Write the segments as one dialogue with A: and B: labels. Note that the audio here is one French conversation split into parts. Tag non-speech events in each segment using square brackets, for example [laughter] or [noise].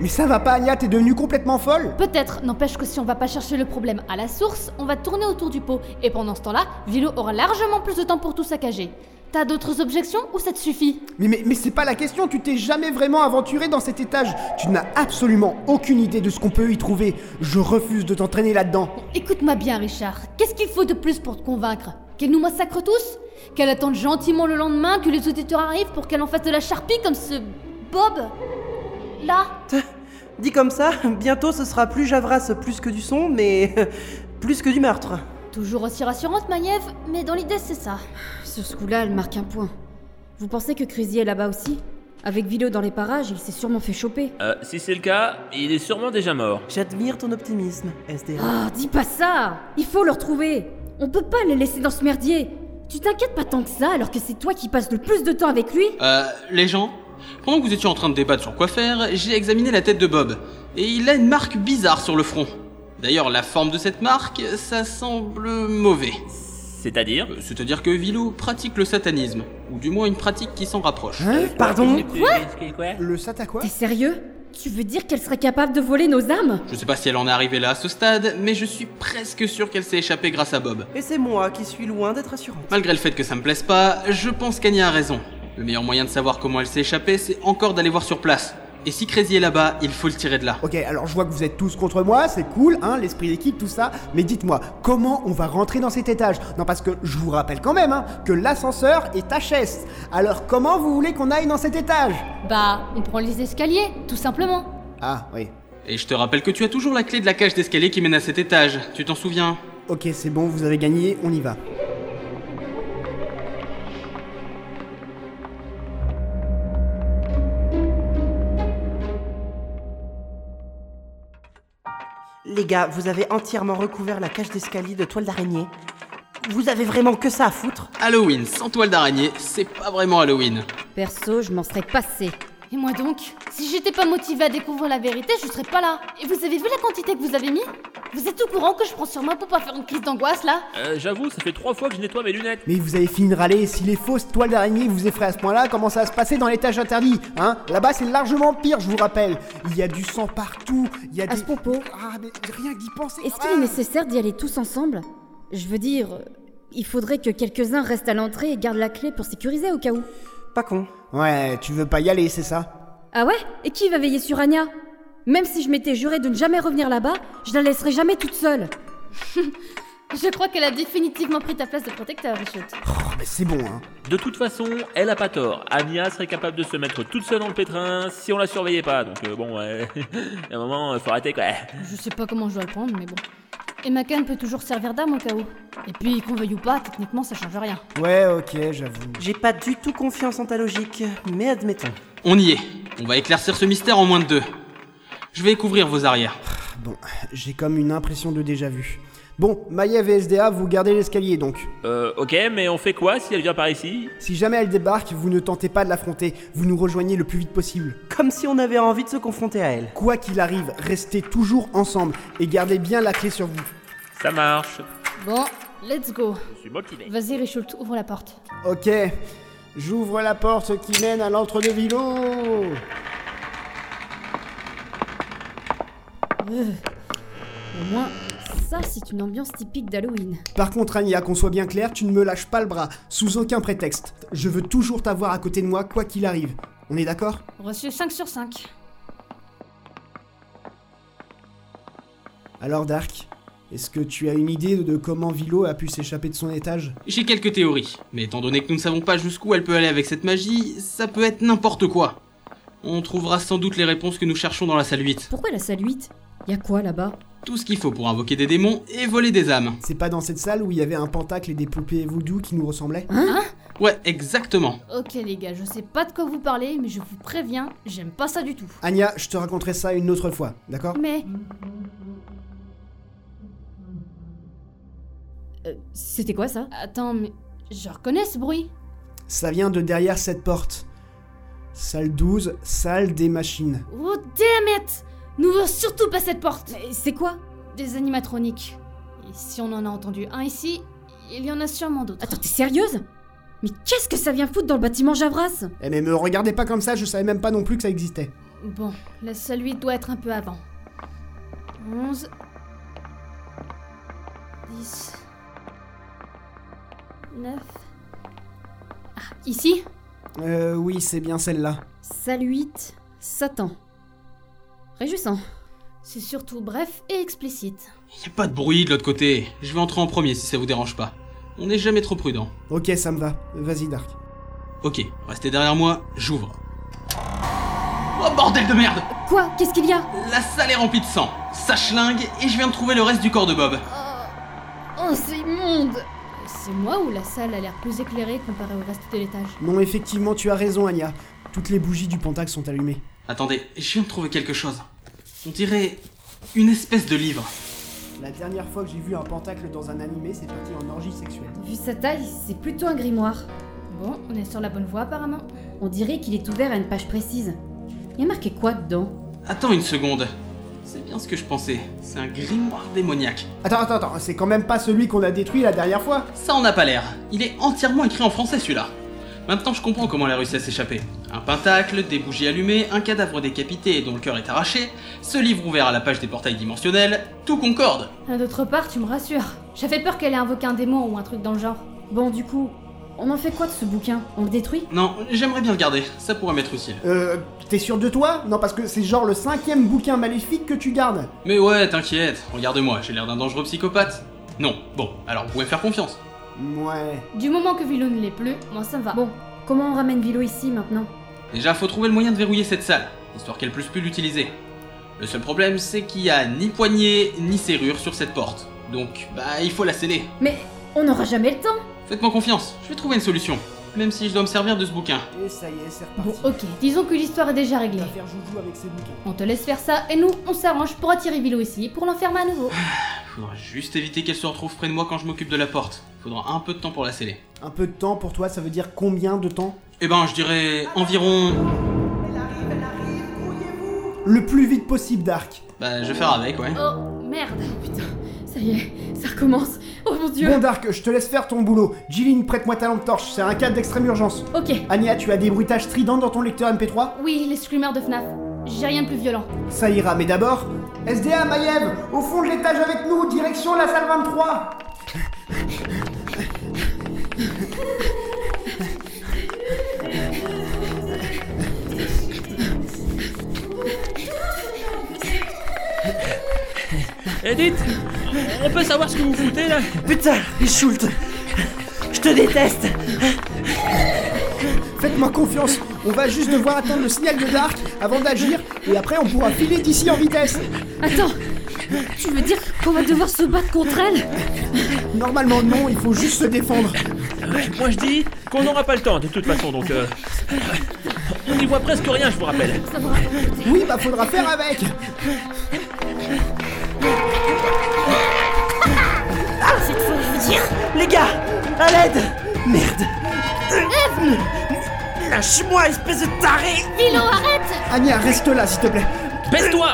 A: Mais ça va pas, Anya, t'es devenue complètement folle
B: Peut-être, n'empêche que si on va pas chercher le problème à la source, on va tourner autour du pot, et pendant ce temps-là, Vilo aura largement plus de temps pour tout saccager. T'as d'autres objections ou ça te suffit
A: Mais, mais, mais c'est pas la question, tu t'es jamais vraiment aventuré dans cet étage. Tu n'as absolument aucune idée de ce qu'on peut y trouver. Je refuse de t'entraîner là-dedans.
B: Écoute-moi bien, Richard, qu'est-ce qu'il faut de plus pour te convaincre Qu'elle nous massacre tous Qu'elle attende gentiment le lendemain que les auditeurs arrivent pour qu'elle en fasse de la charpie comme ce. Bob Là
C: Dit comme ça, [laughs] bientôt ce sera plus Javras plus que du son, mais [laughs] plus que du meurtre.
B: Toujours aussi rassurante, Maiev, mais dans l'idée, c'est ça.
D: Sur ce coup-là, elle marque un point. Vous pensez que Crazy est là-bas aussi Avec Vilo dans les parages, il s'est sûrement fait choper.
E: Euh, si c'est le cas, il est sûrement déjà mort.
C: J'admire ton optimisme, SDR.
D: Ah, dis pas ça Il faut le retrouver On peut pas les laisser dans ce merdier Tu t'inquiètes pas tant que ça alors que c'est toi qui passes le plus de temps avec lui
F: Euh, les gens Pendant que vous étiez en train de débattre sur quoi faire, j'ai examiné la tête de Bob. Et il a une marque bizarre sur le front. D'ailleurs, la forme de cette marque, ça semble mauvais.
E: C'est-à-dire
F: Euh, C'est-à-dire que Vilou pratique le satanisme, ou du moins une pratique qui s'en rapproche.
A: Hein Pardon
E: Euh, Quoi
A: Le sata quoi
D: T'es sérieux Tu veux dire qu'elle serait capable de voler nos armes
F: Je sais pas si elle en est arrivée là à ce stade, mais je suis presque sûr qu'elle s'est échappée grâce à Bob.
C: Et c'est moi qui suis loin d'être assurante.
F: Malgré le fait que ça me plaise pas, je pense qu'Anya a raison. Le meilleur moyen de savoir comment elle s'est échappée, c'est encore d'aller voir sur place. Et si Crazy est là-bas, il faut le tirer de là.
A: Ok, alors je vois que vous êtes tous contre moi, c'est cool, hein, l'esprit d'équipe, tout ça. Mais dites-moi, comment on va rentrer dans cet étage Non, parce que je vous rappelle quand même hein, que l'ascenseur est HS. Alors comment vous voulez qu'on aille dans cet étage
B: Bah, on prend les escaliers, tout simplement.
A: Ah, oui.
F: Et je te rappelle que tu as toujours la clé de la cage d'escalier qui mène à cet étage, tu t'en souviens
A: Ok, c'est bon, vous avez gagné, on y va.
C: Les gars, vous avez entièrement recouvert la cage d'escalier de toile d'araignée. Vous avez vraiment que ça à foutre
F: Halloween sans toile d'araignée, c'est pas vraiment Halloween.
D: Perso, je m'en serais passé.
B: Et moi donc Si j'étais pas motivée à découvrir la vérité, je serais pas là. Et vous avez vu la quantité que vous avez mis Vous êtes au courant que je prends sur moi pour pas faire une crise d'angoisse là
E: Euh, J'avoue, ça fait trois fois que je nettoie mes lunettes.
A: Mais vous avez fini de râler, si les fausses toiles d'araignée vous effraient à ce point-là, comment ça va se passer dans l'étage interdit Hein Là-bas, c'est largement pire, je vous rappelle. Il y a du sang partout, il y a
D: À
A: des...
D: ce propos,
A: Ah, mais rien que d'y penser
D: est-ce
A: ah
D: qu'il est nécessaire d'y aller tous ensemble Je veux dire, il faudrait que quelques-uns restent à l'entrée et gardent la clé pour sécuriser au cas où.
C: Pas con.
A: Ah. Ouais, tu veux pas y aller, c'est ça
D: Ah ouais Et qui va veiller sur Anya Même si je m'étais juré de ne jamais revenir là-bas, je la laisserai jamais toute seule.
B: Je crois qu'elle a définitivement pris ta place de protecteur, Richard.
A: Oh, mais c'est bon, hein.
E: De toute façon, elle a pas tort. Anya serait capable de se mettre toute seule dans le pétrin si on la surveillait pas. Donc euh, bon, ouais. [laughs] à un moment, euh, faut arrêter quoi.
B: Je sais pas comment je dois le prendre, mais bon. Et ma canne peut toujours servir d'âme au cas où. Et puis, qu'on veuille ou pas, techniquement, ça change rien.
A: Ouais, ok, j'avoue.
C: J'ai pas du tout confiance en ta logique, mais admettons.
F: On y est. On va éclaircir ce mystère en moins de deux. Je vais couvrir vos arrières.
A: Bon, j'ai comme une impression de déjà-vu. Bon, Maiev et SDA, vous gardez l'escalier donc.
E: Euh, ok, mais on fait quoi si elle vient par ici
A: Si jamais elle débarque, vous ne tentez pas de l'affronter, vous nous rejoignez le plus vite possible.
C: Comme si on avait envie de se confronter à elle.
A: Quoi qu'il arrive, restez toujours ensemble et gardez bien la clé sur vous.
E: Ça marche.
B: Bon, let's go.
E: Je suis motivé.
B: Vas-y, Richard, ouvre la porte.
A: Ok, j'ouvre la porte qui mène à Oh. l'entre de Vilo.
B: Euh,
D: Au moins, ça c'est une ambiance typique d'Halloween.
A: Par contre, Anya, qu'on soit bien clair, tu ne me lâches pas le bras, sous aucun prétexte. Je veux toujours t'avoir à côté de moi, quoi qu'il arrive. On est d'accord
B: Reçu 5 sur 5.
A: Alors, Dark, est-ce que tu as une idée de comment Vilo a pu s'échapper de son étage
F: J'ai quelques théories, mais étant donné que nous ne savons pas jusqu'où elle peut aller avec cette magie, ça peut être n'importe quoi. On trouvera sans doute les réponses que nous cherchons dans la salle 8.
D: Pourquoi la salle 8 Y'a quoi là-bas
F: Tout ce qu'il faut pour invoquer des démons et voler des âmes.
A: C'est pas dans cette salle où il y avait un pentacle et des poupées voodoo qui nous ressemblaient
F: Ouais, exactement.
B: Ok, les gars, je sais pas de quoi vous parlez, mais je vous préviens, j'aime pas ça du tout.
A: Anya, je te raconterai ça une autre fois, d'accord
B: Mais
D: Euh, C'était quoi ça
B: attends, mais je reconnais ce bruit.
A: Ça vient de derrière cette porte. Salle 12, salle des machines.
B: Oh damn it N'ouvre surtout pas cette porte
D: Mais C'est quoi
B: Des animatroniques. Et si on en a entendu un ici, il y en a sûrement d'autres.
D: Attends, t'es sérieuse Mais qu'est-ce que ça vient foutre dans le bâtiment Javras
A: Eh mais me regardez pas comme ça, je savais même pas non plus que ça existait.
B: Bon, là, celui doit être un peu avant. 11. 10. 9. Ah, ici
A: Euh, oui, c'est bien celle-là.
D: Salut 8, Satan. Réjouissant.
B: C'est surtout bref et explicite.
F: Y a pas de bruit de l'autre côté. Je vais entrer en premier si ça vous dérange pas. On n'est jamais trop prudent.
A: Ok, ça me va. Vas-y, Dark.
F: Ok, restez derrière moi, j'ouvre. Oh bordel de merde
D: Quoi Qu'est-ce qu'il y a
F: La salle est remplie de sang. Ça chlingue et je viens de trouver le reste du corps de Bob.
B: Oh, c'est immonde C'est moi ou la salle a l'air plus éclairée comparée au reste de l'étage
A: Non, effectivement, tu as raison, Anya. Toutes les bougies du Pentax sont allumées.
F: Attendez, je viens de trouver quelque chose. On dirait une espèce de livre.
A: La dernière fois que j'ai vu un pentacle dans un animé, c'est parti en orgie sexuelle.
D: Vu sa taille, c'est plutôt un grimoire.
B: Bon, on est sur la bonne voie apparemment.
D: On dirait qu'il est ouvert à une page précise. Il y a marqué quoi dedans
F: Attends une seconde. C'est bien ce que je pensais. C'est un grimoire démoniaque.
A: Attends, attends, attends, c'est quand même pas celui qu'on a détruit la dernière fois
F: Ça en a pas l'air. Il est entièrement écrit en français celui-là. Maintenant je comprends comment elle a réussi à s'échapper. Un pentacle, des bougies allumées, un cadavre décapité et dont le cœur est arraché, ce livre ouvert à la page des portails dimensionnels, tout concorde.
B: Euh, D'autre part, tu me rassures. J'avais peur qu'elle ait invoqué un démon ou un truc dans le genre.
D: Bon, du coup, on en fait quoi de ce bouquin On le détruit
F: Non, j'aimerais bien le garder, ça pourrait m'être utile.
A: Euh, t'es sûr de toi Non, parce que c'est genre le cinquième bouquin maléfique que tu gardes.
F: Mais ouais, t'inquiète, regarde-moi, j'ai l'air d'un dangereux psychopathe. Non, bon, alors vous pouvez me faire confiance.
A: Ouais.
B: Du moment que Vilo ne l'est plus, moi ça me va.
D: Bon, comment on ramène Vilo ici maintenant
F: Déjà, faut trouver le moyen de verrouiller cette salle, histoire qu'elle puisse plus l'utiliser. Le seul problème, c'est qu'il y a ni poignée, ni serrure sur cette porte. Donc, bah, il faut la sceller.
D: Mais on n'aura jamais le temps
F: Faites-moi confiance, je vais trouver une solution. Même si je dois me servir de ce bouquin.
A: Et ça y est, c'est reparti.
B: Bon, ok, disons que l'histoire est déjà réglée.
A: T'as faire joujou avec ces bouquins.
B: On te laisse faire ça et nous, on s'arrange pour attirer Vilo ici pour l'enfermer à nouveau.
F: Faudra juste éviter qu'elle se retrouve près de moi quand je m'occupe de la porte. Faudra un peu de temps pour la sceller.
A: Un peu de temps pour toi, ça veut dire combien de temps
F: Eh ben, je dirais environ...
A: Le plus vite possible, Dark.
F: Bah, je vais faire avec, ouais.
B: Oh merde, putain.
D: Ça y est, ça recommence. Oh mon dieu
A: Bon, Dark, je te laisse faire ton boulot. Jilline, prête-moi ta lampe torche, c'est un cas d'extrême urgence.
B: Ok,
A: Anya, tu as des bruitages stridents dans ton lecteur MP3
B: oui, les screamers de FNAF. J'ai rien de plus violent.
A: Ça ira, mais d'abord... SDA, Maiev, au fond de l'étage avec nous, direction la salle 23
E: Edith On peut savoir ce que vous foutez là
C: Putain, Schultz Je te déteste
A: Faites-moi confiance, on va juste devoir attendre le signal de Dark avant d'agir, et après on pourra filer d'ici en vitesse
D: Attends Tu veux dire qu'on va devoir se battre contre elle
A: Normalement non, il faut juste se défendre.
E: Moi je dis qu'on n'aura pas le temps de toute façon donc. euh, On n'y voit presque rien, je vous rappelle.
A: Oui, bah faudra faire avec
C: Les gars À l'aide Merde Lâche-moi, espèce de taré
B: Vilo, arrête
A: Anya, reste là s'il te plaît.
E: Baisse-toi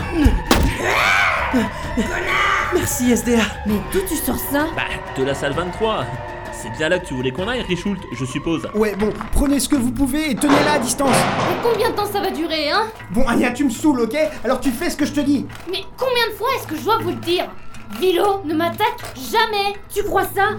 C: Merci, SDA
D: Mais d'où tu sors ça
E: Bah, de la salle 23 C'est bien là que tu voulais qu'on aille, Richult, je suppose.
A: Ouais, bon, prenez ce que vous pouvez et tenez-la à distance.
B: Mais combien de temps ça va durer, hein
A: Bon, Anya, tu me saoules, ok Alors tu fais ce que je te dis.
B: Mais combien de fois est-ce que je dois vous le dire Vilo ne m'attaque jamais
D: Tu crois ça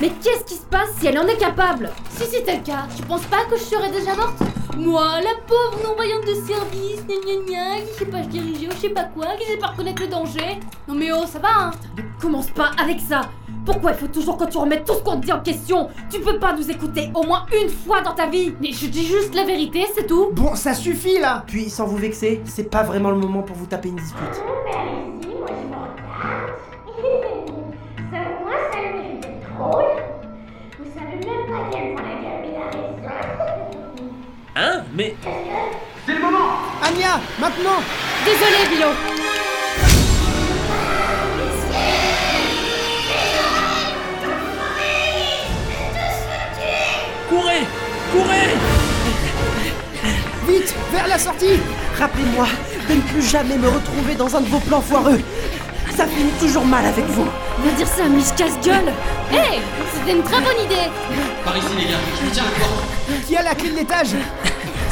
D: Mais qu'est-ce qui se passe si elle en est capable
B: Si c'était le cas, tu penses pas que je serais déjà morte Moi, la pauvre non-voyante de service, gna gna gna, qui sait pas se diriger ou je sais pas quoi, qui sait pas reconnaître le danger. Non mais oh, ça va, hein
D: Ne commence pas avec ça Pourquoi il faut toujours que tu remettes tout ce qu'on te dit en question Tu peux pas nous écouter au moins une fois dans ta vie
B: Mais je dis juste la vérité, c'est tout.
A: Bon, ça suffit là
C: Puis, sans vous vexer, c'est pas vraiment le moment pour vous taper une dispute.
G: Ça, moi, ça le mérite d'être drôle. Vous savez même pas à quel point la gamine a raison.
E: Hein Mais.
A: Anya, maintenant
B: Désolée, Vilo.
E: Courez Courez
A: Vite, vers la sortie
C: Rappelez-moi de ne plus jamais me retrouver dans un de vos plans foireux Ça finit toujours mal avec vous
D: Va dire ça à Miss Casse-Gueule
B: Hé C'était une très bonne idée
F: Par ici, les gars, je me tiens à la porte.
A: Qui a la clé de l'étage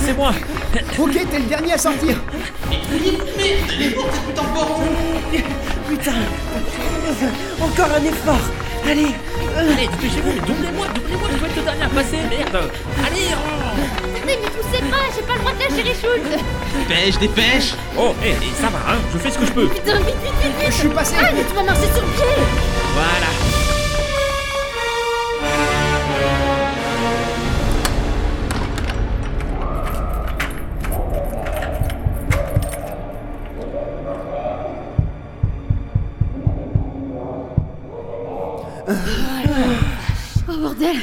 E: C'est moi
A: Ok, t'es le dernier à sortir
F: Merde, elle est morte cette putain de porte
C: Putain Encore un effort Allez
E: Allez, dépêchez-vous, doublez-moi, doublez-moi, je vais être le dernier à passer, merde Allez oh.
B: Attendez, mais poussez pas, j'ai pas le droit de lâcher les choses
F: Dépêche, dépêche
E: Oh, hé, hé, ça va, hein, je fais ce que je peux
B: Putain, vite, vite, vite, vite
A: Je suis passé
B: Ah, mais tu vas marcher sur le pied
E: Voilà
D: Oh bordel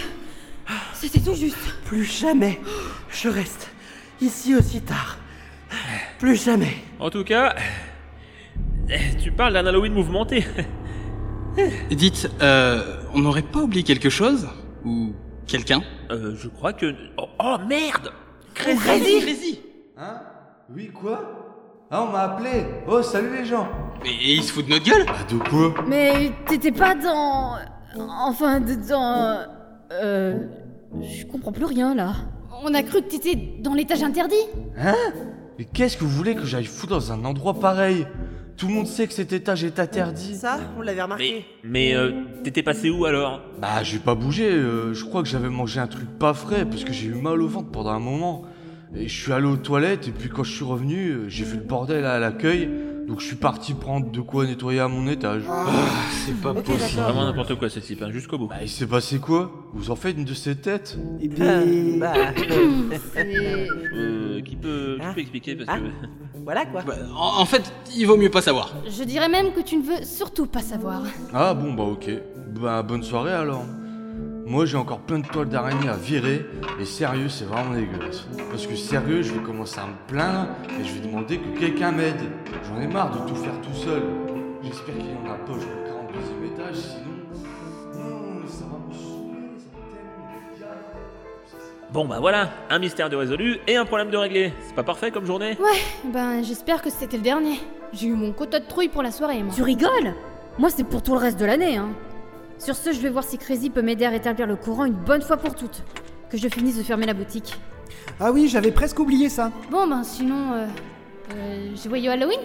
D: C'était tout juste
C: Plus jamais je reste ici aussi tard. Plus jamais.
E: En tout cas, eh, tu parles d'un Halloween mouvementé.
F: Dites, euh, on n'aurait pas oublié quelque chose Ou quelqu'un
E: Euh, je crois que... Oh, oh, merde
F: Vas-y, vas-y
H: Hein Oui, quoi Ah, on m'a appelé Oh, salut les gens
F: Mais il se fout de notre gueule
H: Bah, de quoi
D: Mais t'étais pas dans... Enfin, dans... Euh... Je comprends plus rien, là.
B: On a cru que t'étais dans l'étage interdit
H: Mais qu'est-ce que vous voulez que j'aille foutre dans un endroit pareil Tout le monde sait que cet étage est interdit.
C: Ça, on l'avait
E: Mais,
C: remarqué.
E: mais euh, t'étais passé où alors
H: Bah, j'ai pas bougé, euh, je crois que j'avais mangé un truc pas frais parce que j'ai eu mal au ventre pendant un moment. Et je suis allé aux toilettes et puis quand je suis revenu, euh, j'ai vu le bordel à l'accueil. Donc je suis parti prendre de quoi nettoyer à mon étage.
F: C'est pas
C: Ok,
F: possible.
C: d'accord.
E: Vraiment n'importe quoi ce type, hein, jusqu'au bout.
H: Bah, il s'est passé quoi Vous en faites une de ces têtes
A: Eh
C: Euh,
A: bien...
C: bah,
E: Euh, qui peut,
C: Ah.
E: qui peut expliquer parce que...
C: voilà quoi.
F: Bah, en, en fait, il vaut mieux pas savoir.
B: Je dirais même que tu ne veux surtout pas savoir.
H: Ah bon, bah ok. Bah bonne soirée alors. Moi j'ai encore plein de toiles d'araignée à virer et sérieux c'est vraiment dégueulasse. Parce que sérieux je vais commencer à me plaindre et je vais demander que quelqu'un m'aide. J'en ai marre de tout faire tout seul. J'espère qu'il y en a pas jusqu'au 42 e étage sinon... Non, ça va me saouler, ça va tellement me dire.
E: Bon bah voilà, un mystère de résolu et un problème de réglé. C'est pas parfait comme journée
B: Ben, j'espère que c'était le dernier. J'ai eu mon quota de trouille pour la soirée, moi.
D: Tu rigoles Moi, c'est pour tout le reste de l'année, hein. Sur ce, je vais voir si Crazy peut m'aider à rétablir le courant une bonne fois pour toutes. Que je finisse de fermer la boutique.
A: Ah oui, j'avais presque oublié ça.
B: Bon, ben, sinon, euh... euh, joyeux Halloween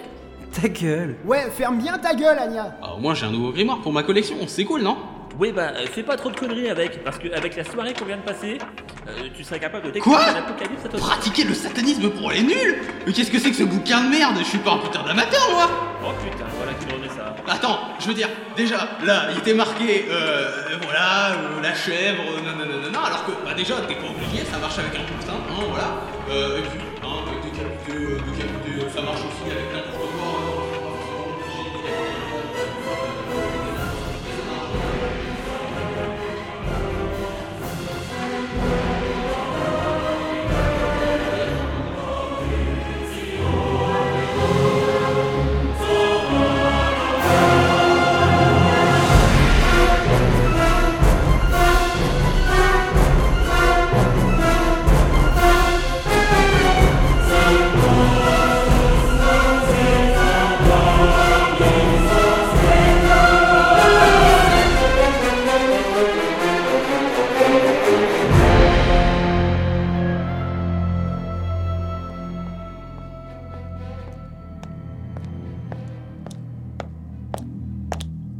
C: Ta gueule.
A: Ouais, ferme bien ta gueule, Anya
F: Ah, au moins, j'ai un nouveau grimoire pour ma collection, c'est cool, non
E: Oui bah euh, fais pas trop de conneries avec, parce que avec la soirée qu'on vient de passer, euh, tu serais capable de
F: Quoi
E: un apocalypse à toi.
F: Pratiquer le satanisme pour les nuls Mais qu'est-ce que c'est que ce bouquin de merde Je suis pas un putain d'amateur, moi
E: Oh putain, voilà qui remet ça.
F: Attends, je veux dire, déjà, là, il était marqué, euh, voilà, euh, la chèvre, euh, nanana, nanana, alors que, bah déjà, t'es pas obligé, ça marche avec un bulletin, hein, voilà, euh, et puis, hein, avec des capités, euh, des capités, euh, ça marche aussi avec n'importe quoi, euh, on est pas forcément obligé de décapiter.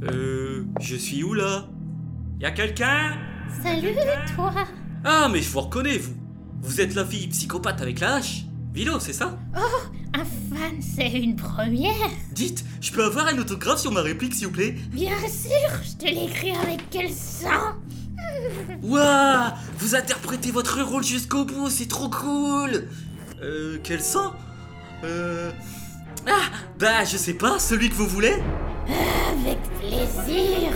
I: Euh, je suis où là Y a quelqu'un
G: Salut, toi
I: Ah, mais je vous reconnais, vous. Vous êtes la fille psychopathe avec la hache. Vilo, c'est ça
G: Un fan, c'est une première
I: Dites, je peux avoir un autographe sur ma réplique, s'il vous plaît
G: Bien sûr, je te l'écris avec quel sang
I: Waouh Vous interprétez votre rôle jusqu'au bout, c'est trop cool Euh, quel sang Euh... Ah Bah, je sais pas, celui que vous voulez
G: Avec plaisir